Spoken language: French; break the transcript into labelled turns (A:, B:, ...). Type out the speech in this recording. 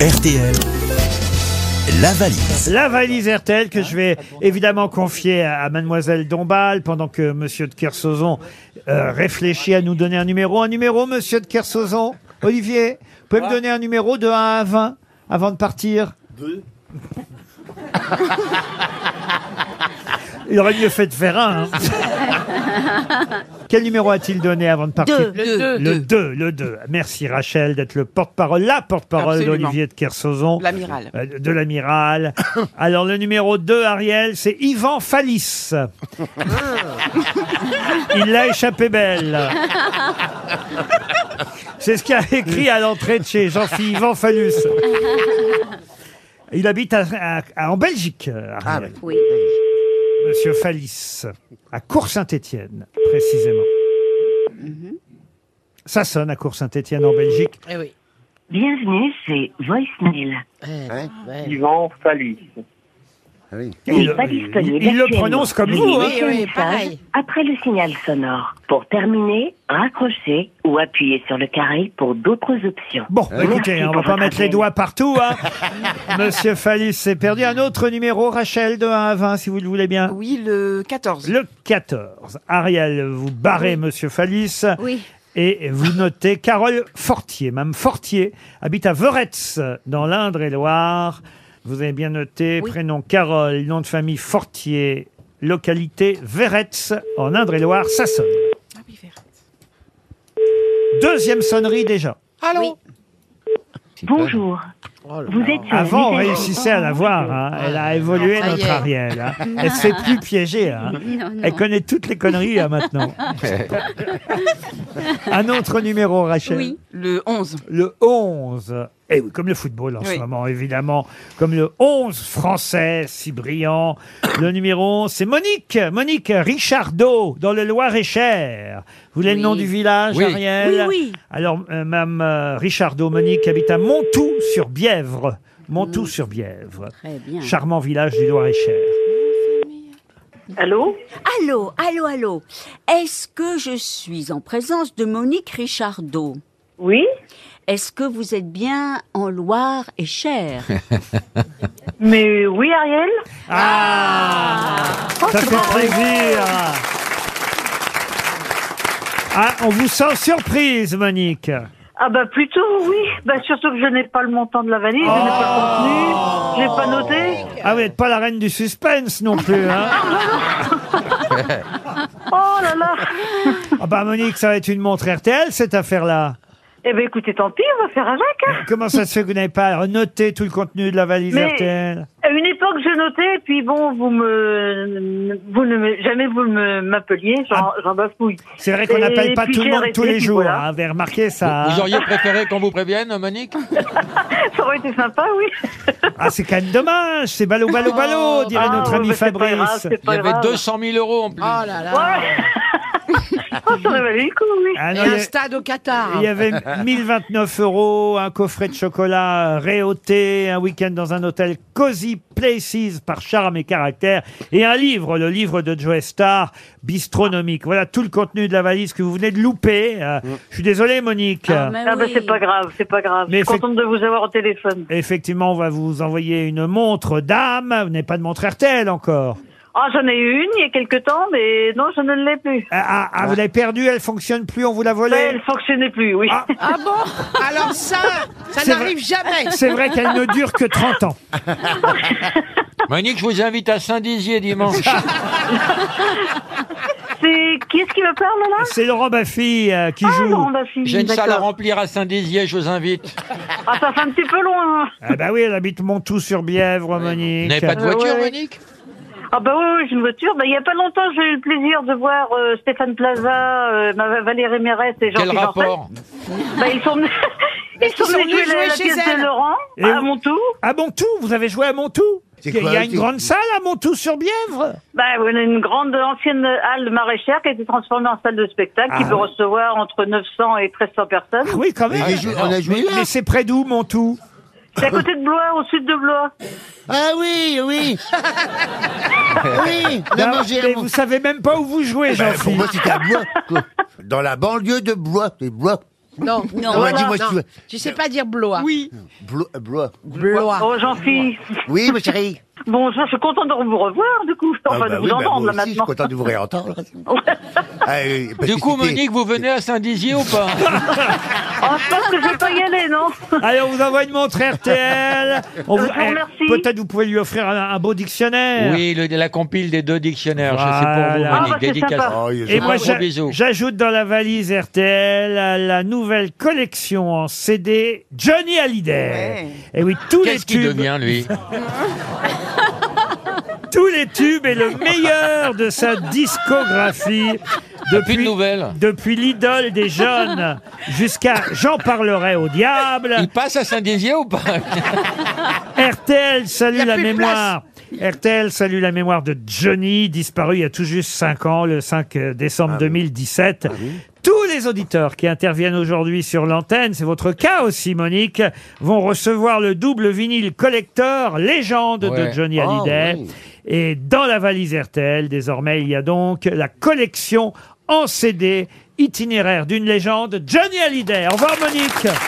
A: RTL, la valise.
B: La valise RTL que je vais évidemment confier à à Mademoiselle Dombal pendant que Monsieur de Kersauzon euh, réfléchit à nous donner un numéro. Un numéro, Monsieur de Kersauzon Olivier, vous pouvez me donner un numéro de 1 à 20 avant de partir Il aurait mieux fait de faire un. hein. Quel numéro a-t-il donné avant de partir
C: Deux. Le deux.
B: Le 2, le 2. Merci Rachel d'être le porte-parole, la porte-parole
C: Absolument.
B: d'Olivier de Kersauzon.
C: L'amiral.
B: Euh, de l'amiral. Alors le numéro 2, Ariel, c'est Yvan Fallis.
C: Ah.
B: Il l'a échappé belle. C'est ce qu'a écrit à l'entrée de chez Jean-Philippe Yvan Fallus. Il habite à- à- à- en Belgique, euh, Ariel.
D: Oui.
B: Monsieur Fallis, à Cour-Saint-Étienne, précisément. Ça sonne à Cour-Saint-Étienne en Belgique.
C: Eh oui.
D: Bienvenue, c'est Voicemail.
B: Eh,
E: Yvan Fallis.
D: Il n'est pas disponible.
B: il le
D: actuellement.
B: prononce comme
D: Veuillez
B: vous, hein.
D: laisser un
C: Oui, oui,
D: message
C: pareil.
D: Après le signal sonore, pour terminer, raccrochez ou appuyez sur le carré pour d'autres options.
B: Bon, bah, écoutez,
D: Merci
B: on va
D: pour
B: pas
D: votre
B: mettre les
D: appel.
B: doigts partout. Hein. Monsieur Fallis s'est perdu. Un autre numéro, Rachel, de 1 à 20, si vous le voulez bien.
C: Oui, le 14.
B: Le 14. Ariel, vous barrez Monsieur Fallis.
F: Oui.
B: Et vous notez Carole Fortier. Mme Fortier habite à Veretz, dans l'Indre-et-Loire. Vous avez bien noté, prénom Carole, nom de famille Fortier, localité Veretz, en Indre-et-Loire, ça sonne. Deuxième sonnerie déjà.
C: Allô
D: Bonjour. Vous êtes
E: Ah,
D: sur la
B: Oh Avant, on
D: messagerie-
B: réussissait à la voir. hein. Elle a évolué,
C: Ça y
B: notre
C: est.
B: Ariel. hein. Elle se fait plus piéger. hein.
F: Non, non.
B: Elle connaît toutes les conneries hein, maintenant. Un autre numéro, Rachel.
F: Oui.
C: Le 11.
B: Le 11. Et oui, comme le football en ce
C: Oui.
B: moment, évidemment. Comme le 11 français, si brillant. Le numéro 11, c'est Monique. Monique Richardot, dans le Loir-et-Cher. Vous voulez le nom
C: Oui.
B: du village, Ariel
F: Oui, oui.
B: Alors, euh, Mme euh, Richardot, Monique, habite à Montoux-sur-Bièvre. Montoux-sur-Bièvre.
F: Très bien.
B: Charmant village du Loir-et-Cher.
E: Allô
F: Allô, allô, allô. Est-ce que je suis en présence de Monique Richardot
E: Oui
F: Est-ce que vous êtes bien en Loire et Cher
E: Mais oui, Ariel
B: Ah, Ça fait plaisir Ah, on vous sent surprise, Monique
E: Ah bah plutôt, oui. Bah surtout que je n'ai pas le montant de la valise, je n'ai pas le contenu, je n'ai pas noté.
B: Ah, vous n'êtes pas la reine du suspense non plus, hein
E: Oh là là
B: Ah bah, Monique, ça va être une montre RTL, cette affaire-là
E: Eh ben écoutez, tant pis, on va faire avec. Hein.
B: Comment ça se fait que vous n'avez pas noté tout le contenu de la valise
E: Mais-
B: RTL
E: À une époque, je notais, puis bon, vous me... Vous ne me... Jamais vous me- m'appeliez, j'en j'en bafouille.
B: C'est vrai qu'on
E: Et
B: n'appelle pas
E: puis
B: tout le
E: j'ai
B: monde
E: arrêté,
B: tous les
E: puis
B: jours,
E: voilà.
B: hein, vous avez remarqué ça
E: Ah.
B: hein
G: Vous auriez préféré qu'on vous prévienne, Monique
E: Ça aurait été sympa, oui.
B: Ah, c'est quand même dommage, c'est ballot, ballot, ballot, dirait
E: Ah,
B: notre
E: ouais,
B: ami
E: bah, c'est pas grave,
B: Fabrice
E: c'est
G: Il
E: pas
G: y avait
E: grave. Ah.
G: 200 000 euros en plus.
C: Oh là là.
E: Ouais. oh, ça aurait valu le coup, oui.
B: Ah
C: Et
B: non, il y
C: un
B: a-
C: stade au Qatar.
B: Il y avait 1029 euros, un coffret de chocolat réauté, un week-end dans un hôtel Cozy Places par charme et caractère, et un livre, le livre de Joe Star, bistronomique. Voilà tout le contenu de la valise que vous venez de louper. Euh,
E: Mm.
B: Je suis désolé, Monique.
F: Ah, mais
E: Ah bah
F: oui.
E: c'est pas grave, c'est pas grave.
B: Mais
E: je suis contente de vous avoir au téléphone.
B: Effectivement, on va vous envoyer une montre d'âme. Vous n'avez pas de montre RTL encore.
E: Ah, j'en ai eu une il y a quelque temps, mais non, je ne l'ai plus.
B: Ah, ah, ah, vous l'avez perdue, elle fonctionne plus, on vous l'a
E: Mais
B: volée.
E: elle fonctionnait plus, oui.
B: Ah.
C: Ah bon Alors ça, ça
B: C'est
C: n'arrive jamais.
B: C'est vrai qu'elle ne dure que 30 ans.
G: Monique, je vous invite à Saint-Dizier dimanche.
E: Ah, C'est qui est-ce qui me parle là
B: C'est Laurent Baffy euh, qui
E: Ah,
B: joue.
E: Laurent Baffy,
G: J'ai une salle à
E: d'accord.
G: remplir à Saint-Dizier, je vous invite.
E: Ah, ça fait un petit peu loin. hein.
B: Ah bah oui, elle habite Montoux-sur-Bièvre,
G: Vous
B: Monique.
G: n'avez pas de voiture,
E: Ouais.
G: Monique
E: Ah bah oui, oui, j'ai une voiture. Bah, il y a pas longtemps, j'ai eu le plaisir de voir euh, Stéphane Plaza, euh, ma- Valérie Mérès et
G: Quel
E: Jean-Pierre
G: rapport
E: Bah, ils sont venus, ils sont
C: qu'ils sont
E: venus jouer
C: venus
E: la,
C: jouer
E: la
C: chez
E: pièce
C: elle.
E: de Laurent
B: Et
E: à
B: où
E: Montou.
B: À Montou, vous avez joué à Montou
H: C'est
B: Il y a-
H: quoi,
B: il y a une
H: c'est-
B: grande salle à Montou-sur-Bièvre
E: Bah, on a une grande ancienne halle maraîchère qui a été transformée en salle de spectacle qui
B: Ah
E: peut
B: oui.
E: recevoir entre 900 et 1300 personnes.
B: Ah Oui, quand
H: Mais
B: même.
H: j'ai joué- on a joué là
B: Mais c'est près d'où, Montou
E: C'est à côté de Blois, au sud de Blois.
H: Ah oui, oui Oui, on a mangé
B: Mais
H: Ah un Eh,
B: vous
H: ben,
B: savez même pas où vous jouez, jean
H: Pour moi, c'était à Blois. quoi. Dans la banlieue de Blois, c'est Blois.
I: Non,
F: Non.
I: non,
F: Ouais,
I: non,
H: dis-moi si
I: non.
H: tu veux.
I: Tu sais pas dire Blois.
C: Oui.
H: Blo- euh, Blois.
I: Blois.
E: Oh, j'en suis.
H: Oui, ma chérie.
E: Bonjour, je suis contente de vous revoir, du coup.
H: Ah,
E: Enfin,
H: bah
E: de vous
H: oui, bah,
E: entendre,
H: moi
E: là,
H: aussi, Je suis
E: maintenant.
H: content de vous réentendre. Ah, oui, parce
G: Du
H: que
G: coup,
H: c'était-
G: Monique, vous venez à Saint-Dizier ou pas
E: Oh, je pense que je vais pas y aller, non
B: Allez, on vous envoie une montre RTL. On
E: Je vous
B: eh,
E: remercie.
B: Peut-être vous pouvez lui offrir un, un beau dictionnaire.
G: Oui, le- la compile des deux dictionnaires. ça, C'est pour
B: Voilà.
G: vous,
E: Ah, bah,
G: Monique.
E: c'est
G: dédicace.
E: sympa.
H: Ah, oui, je-
B: Et moi,
G: gros
B: j'a-
G: bisous.
B: j'ajoute dans la valise RTL euh, la nouvelle collection en CD Johnny Hallyday.
C: Ouais.
B: Et oui, tous les
G: Qu'est-ce qu'il
B: tubes,
G: devient, lui
B: tous les tubes et le meilleur de sa discographie
G: Plus de
B: depuis
G: nouvelles.
B: depuis l'idole des jeunes jusqu'à J'en parlerai au diable.
G: Il passe à Saint-Dizier ou pas
B: RTL salue
C: Y a
B: la
C: plus de
B: mémoire. RTL salue la mémoire de Johnny, disparu il y a tout juste 5 ans, le 5
H: Ah
B: décembre 2017. Tous les auditeurs qui interviennent aujourd'hui sur l'antenne, c'est votre cas aussi Monique, vont recevoir le double vinyle collector Légende de
G: Ouais.
B: Johnny
H: Ah,
B: Hallyday.
H: oui.
B: Et dans la valise RTL, désormais, il y a donc la collection en CD itinéraire d'une légende Johnny Hallyday. Au revoir Monique.